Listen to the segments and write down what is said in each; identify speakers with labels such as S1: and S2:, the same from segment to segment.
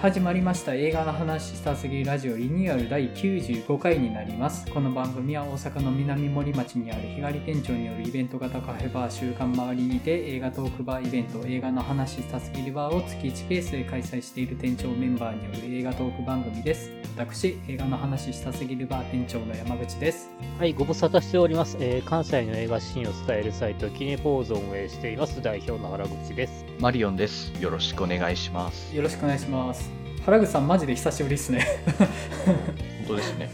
S1: 始まりました映画の話したすぎラジオリニューアル第95回になりますこの番組は大阪の南森町にある日帰り店長によるイベント型カフェバー週刊周りにて映画トークバーイベント映画の話したすぎるバーを月1ペースで開催している店長メンバーによる映画トーク番組です私映画の話したすぎるバー店長の山口です
S2: はい、ご無沙汰しております。えー関西の映画シーンを伝えるサイト、キネポーズを運営しています。代表の原口です。
S3: マリオンです。よろしくお願いします。
S1: よろしくお願いします原口さんマジで久しぶりですね
S3: 本当ですね。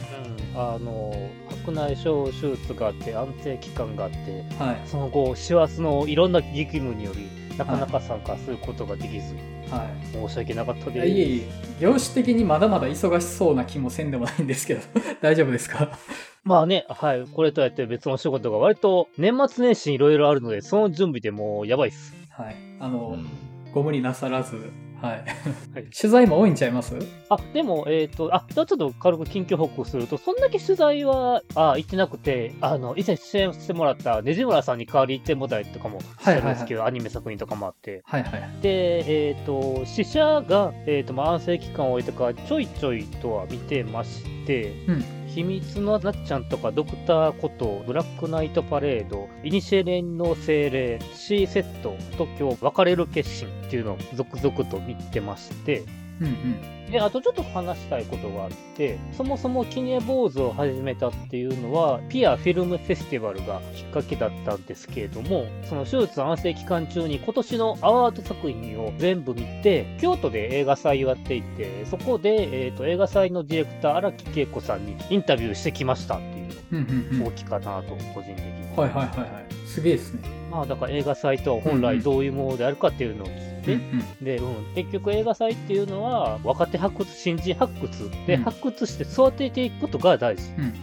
S2: あの、白内障手術があって、安定期間があって、
S1: はい
S2: その後、師走のいろんな激務により、なかなか参加することができず、
S1: はい
S2: 申し訳なかった
S1: いやいえ
S2: です。
S1: いえ業種的にまだまだ忙しそうな気もせんでもないんですけど 大丈夫ですか
S2: まあね、はい、これとやって別の仕事が割と年末年始いろいろあるので、その準備でもうやばいっす。
S1: はいあの、
S3: うん
S1: ご無理なさらずはい、
S2: はい
S1: 取材も多いんちゃいます
S2: あ、でも、えっ、と、あ、じゃあちょっと軽く近況報告すると、そんだけ取材は、あ、行ってなくて、あの、以前出演してもらったねじむらさんに代わり行ってもらったりとかもしてるんですけど、アニメ作品とかもあって。
S1: はいはい
S2: で、えっ、と、死者が、えっ、と、まあ、安静期間を終えたから、ちょいちょいとは見てまして、
S1: うん
S2: 秘密のなっちゃんとか、ドクターこと、ブラックナイトパレード、イニシエレンの精霊、C セット、東京、別れる決心っていうのを続々と見てまして、
S1: うんうん
S2: で、あとちょっと話したいことがあって、そもそもキネ坊主を始めたっていうのは、ピアフィルムフェスティバルがきっかけだったんですけれども、その手術安静期間中に今年のアワード作品を全部見て、京都で映画祭をやっていて、そこで、えーと映画祭のディレクター荒木恵子さんにインタビューしてきましたっていう
S1: うんうんう
S2: のが
S1: ん
S2: 大きかったなと、個人的に。
S1: はいはいはいはいすげえですね
S2: まあだから映画祭とは本来どういうものであるかっていうのを聞いて、
S1: うんうん
S2: で、うん、結局映画祭っていうのは若手発掘新人発掘で、
S1: うん
S2: 発掘して育てていくことが大事、
S1: うん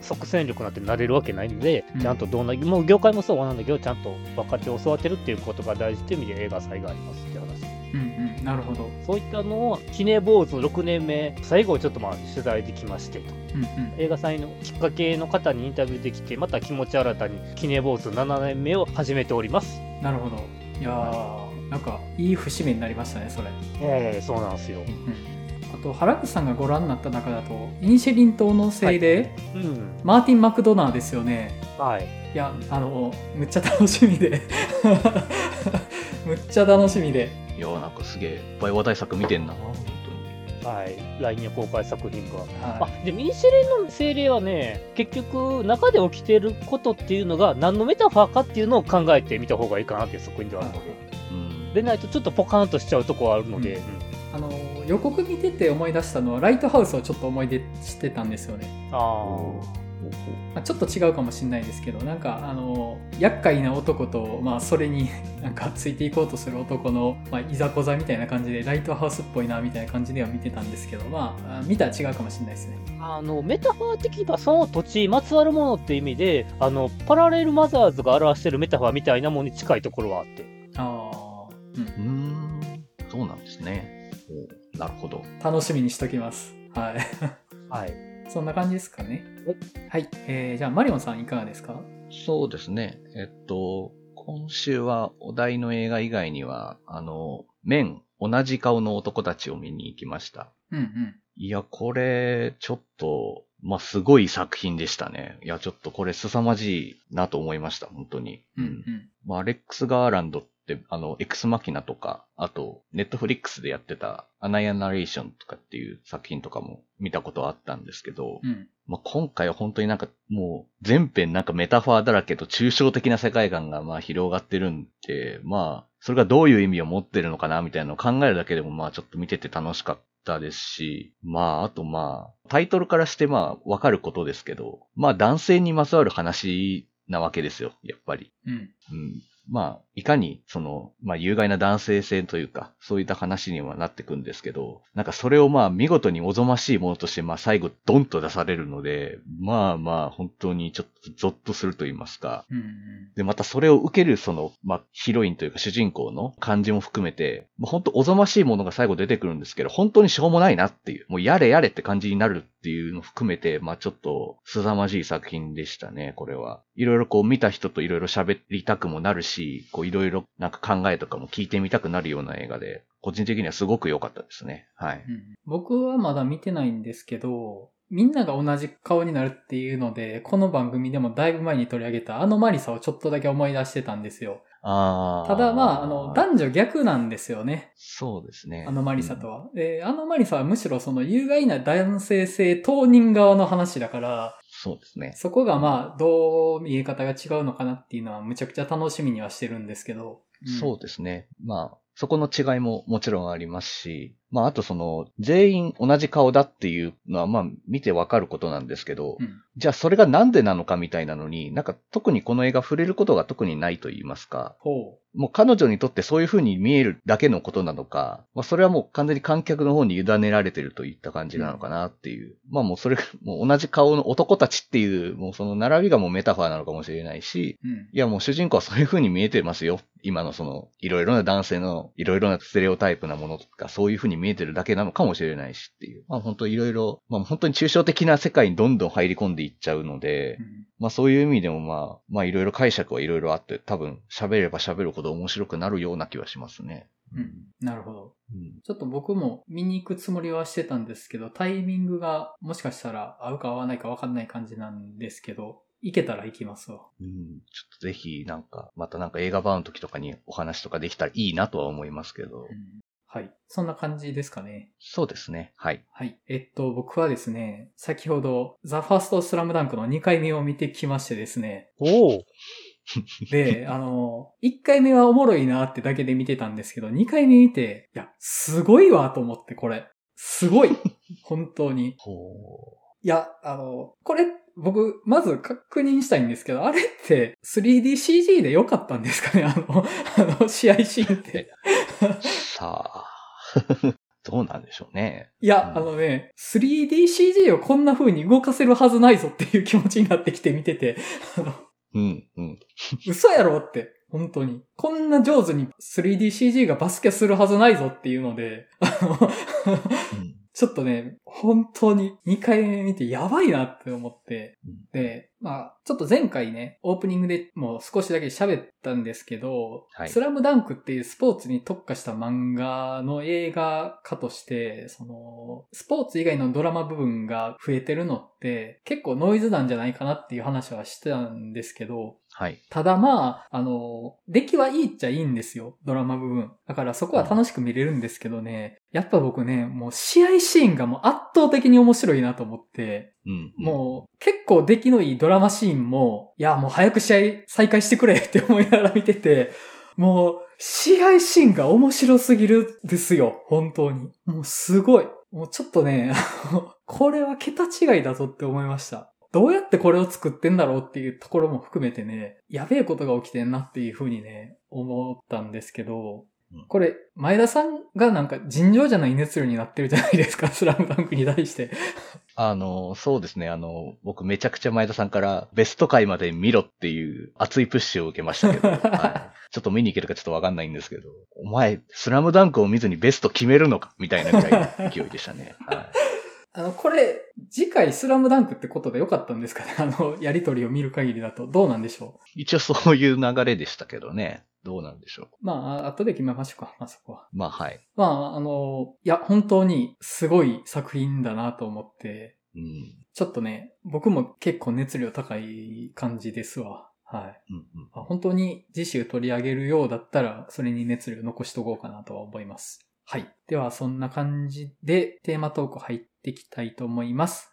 S2: 即戦力なんてなれるわけないので、
S1: うん
S2: ちゃんとどんなもう業界もそうなんだけどちゃんと若手を育てるっていうことが大事っていう意味で映画祭がありますって話
S1: うんうんなるほど
S2: そういったのを記念坊主の6年目最後ちょっとまあ取材できましてと
S1: うんうん
S2: 映画祭のきっかけの方にインタビューできてまた気持ち新たに記念坊主7年目を始めております
S1: なるほどいやーなんかいい節目になりましたねそれ
S2: ええそうなんですよ
S1: あと原口さんがご覧になった中だとイニシェリン島の精霊、
S2: うん
S1: マーティン・マクドナーですよね
S2: はい
S1: いやあのむっちゃ楽しみで むっちゃ楽しみで
S3: いや、なんかすげえ、いっぱい話題作見てんな、本
S2: はい来年公開作品があ
S1: は
S2: でもイニシェリンの精霊はね結局中で起きてることっていうのが何のメタファーかっていうのを考えてみた方がいいかなっていう作品ではあるので
S3: 当に。うん。
S2: でないとちょっとポカーンとしちゃうとこはあるので、
S1: うんい、あの予告見てて思い出したのはライトハウスをちょっと思い出してたんですよね、
S2: あ
S1: まあ、ちょっと違うかもしれないですけどなんかあの厄介な男と、まあ、それに なんかついていこうとする男の、まあ、いざこざみたいな感じでライトハウスっぽいなみたいな感じでは見てたんですけどまああ見たら違うかもしれないですね
S2: ああのメタファー的にはその土地にまつわるものって意味であのパラレルマザーズが表してるメタファーみたいなものに近いところはあって
S1: ああ、うん
S3: うーん。そうなんですね。おなるほど。
S1: 楽しみにしときますはい
S2: はい
S1: そんな感じですかね。はい。えー、じゃあ、マリオンさんいかがですか
S3: そうですね。えっと、今週はお題の映画以外には、あの、面、同じ顔の男たちを見に行きました。
S1: うんうん。
S3: いや、これ、ちょっと、まあ、すごい作品でしたね。いや、ちょっとこれ凄まじいなと思いました、本当に。
S1: うんうん。
S3: まあ、アレックス・ガーランドって、あの、エクスマキナとか、あと、ネットフリックスでやってた、アナイアナレーションとかっていう作品とかも見たことはあったんですけど、
S1: うん。
S3: まあ、今回は本当になんか、もう、全編なんかメタファーだらけと抽象的な世界観がまあ広がってるんで、まあ、それがどういう意味を持ってるのかなみたいなのを考えるだけでもまあちょっと見てて楽しかったですし、まあ、あとまあ、タイトルからしてまあわかることですけど、まあ男性にまつわる話なわけですよ、やっぱり。
S1: うん。
S3: うんまあ、いかに、その、まあ、有害な男性性というか、そういった話にはなってくんですけど、なんかそれをまあ、見事におぞましいものとして、まあ、最後、ドンと出されるので、まあまあ、本当にちょっとゾッとすると言いますか。
S1: うん
S3: で、またそれを受ける、その、まあ、ヒロインというか主人公の感じも含めて、まあ、本当おぞましいものが最後出てくるんですけど、本当にしょうもないなっていう、もうやれやれって感じになるっていうのを含めて、まあ、ちょっと、すざまじい作品でしたね、これは。いろいろこう見た人といろいろ喋りたくもなるし、こう構いろいろなんか考えとかも聞いてみたくなるような映画で、個人的にはすごく良かったですね。はい。
S1: うん僕はまだ見てないんですけど、みんなが同じ顔になるっていうので、この番組でもだいぶ前に取り上げたあのマリサをちょっとだけ思い出してたんですよ。
S3: あー
S1: ただまあ、あの、男女逆なんですよね。
S3: そうですね。
S1: あのマリサとは。で、あのマリサはむしろその有害な男性性当人側の話だから、
S3: そうですね。
S1: そこがまあ、どう見え方が違うのかなっていうのはむちゃくちゃ楽しみにはしてるんですけど。ん
S3: そうですね。まあ、そこの違いももちろんありますし、まあ、あとその、全員同じ顔だっていうのは、まあ、見てわかることなんですけど、
S1: うん
S3: じゃあそれがなんでなのかみたいなのに、なんか特にこの映画触れることが特にないと言いますか、
S1: ほ
S3: もう彼女にとってそういう風に見えるだけのことなのか、まあそれはもう完全に観客の方に委ねられてるといった感じなのかなっていう。まあもうそれ、もう同じ顔の男たちっていう、もうその並びがもうメタファーなのかもしれないし、
S1: う。うん。
S3: いやもう主人公はそういう風に見えてますよ。今のその、いろいろな男性の、いろいろなステレオタイプなものとか、そういう風に見えてるだけなのかもしれないしっていう。まあ本当いろいろ、まあ本当に抽象的な世界にどんどん入り込んでいっちゃうので
S1: う、ん
S3: まあそういう意味でもまあ、まあいろいろ解釈はいろいろあって、多分喋れば喋るほど面白くなるような気はしますね。
S1: うん。なるほど。
S3: うん。
S1: ちょっと僕も見に行くつもりはしてたんですけど、タイミングがもしかしたら合うか合わないか分かんない感じなんですけど、行けたら行きますわ。
S3: うん。ちょっとぜひなんか、またなんか映画版の時とかにお話とかできたらいいなとは思いますけど
S1: う。んはい。そんな感じですかね。
S3: そうですね。はい。
S1: はい。えっと、僕はですね、先ほど、ザ・ファースト・スラムダンクの2回目を見てきましてですね、
S2: おお
S1: で、あの、1回目はおもろいなってだけで見てたんですけど、2回目見て、いや、すごいわと思って、これ。すごい本当に。
S3: ほ
S1: いや、あの、これ、僕、まず確認したいんですけど、あれって、3DCG で良かったんですかねあ の、あの、試合シーンって。
S3: う。さあ。 どうなんでしょうね。
S1: いや、
S3: う
S1: あ
S3: ん
S1: のね、3DCG をこんな風に動かせるはずないぞっていう気持ちになってきて見てて、あの、
S3: うん、うん。
S1: 嘘やろって、本当に。こんな上手に 3DCG がバスケするはずないぞっていうので、あの、
S3: うん
S1: ちょっとね、本当に2回目見てやばいなって思って
S3: うん、
S1: で、まあ、ちょっと前回ね、オープニングでもう少しだけ喋ったんですけど、
S3: はい
S1: スラムダンクっていうスポーツに特化した漫画の映画化として、その、スポーツ以外のドラマ部分が増えてるのって結構ノイズなんじゃないかなっていう話はしてたんですけど、
S3: はい。
S1: ただまあ、あの、出来はいいっちゃいいんですよ、ドラマ部分。だからそこは楽しく見れるんですけどね、やっぱ僕ね、もう試合シーンがもう圧倒的に面白いなと思って、
S3: うん。
S1: もう結構出来のいいドラマシーンも、いや、もう早く試合再開してくれって思いながら見てて、もう試合シーンが面白すぎるですよ、本当に。もうすごい。もうちょっとね、 あのこれは桁違いだぞって思いました。どうやってこれを作ってんだろうっていうところも含めてね、やべえことが起きてんなっていうふうにね、思ったんですけど
S3: うん、
S1: これ、前田さんがなんか尋常じゃない熱量になってるじゃないですか、スラムダンクに対して。
S3: あの、そうですね。あの、僕めちゃくちゃ前田さんからベスト回まで見ろっていう熱いプッシュを受けましたけ ど、はい、ちょっと見に行けるかちょっとわかんないんですけど、お前、スラムダンクを見ずにベスト決めるのかみたいなぐらいの勢いでしたね。は
S1: あの、これ、次回スラムダンクってことでよかったんですかね あの、やりとりを見る限りだと。どうなんでしょ
S3: い、一応そういう流れでしたけどね。どうなんでしょう。
S1: うまあ、後で決めましょうか、まあそこは。
S3: まあはい。
S1: まあ、あの、いや、本当にすごい作品だなと思って、
S3: うん。
S1: ちょっとね、僕も結構熱量高い感じですわ。はい。
S3: うんうん、
S1: まあ本当に次週取り上げるようだったら、それに熱量残しとこうかなとは思います。はい。では、そんな感じでテーマトーク入っていきたいと思います。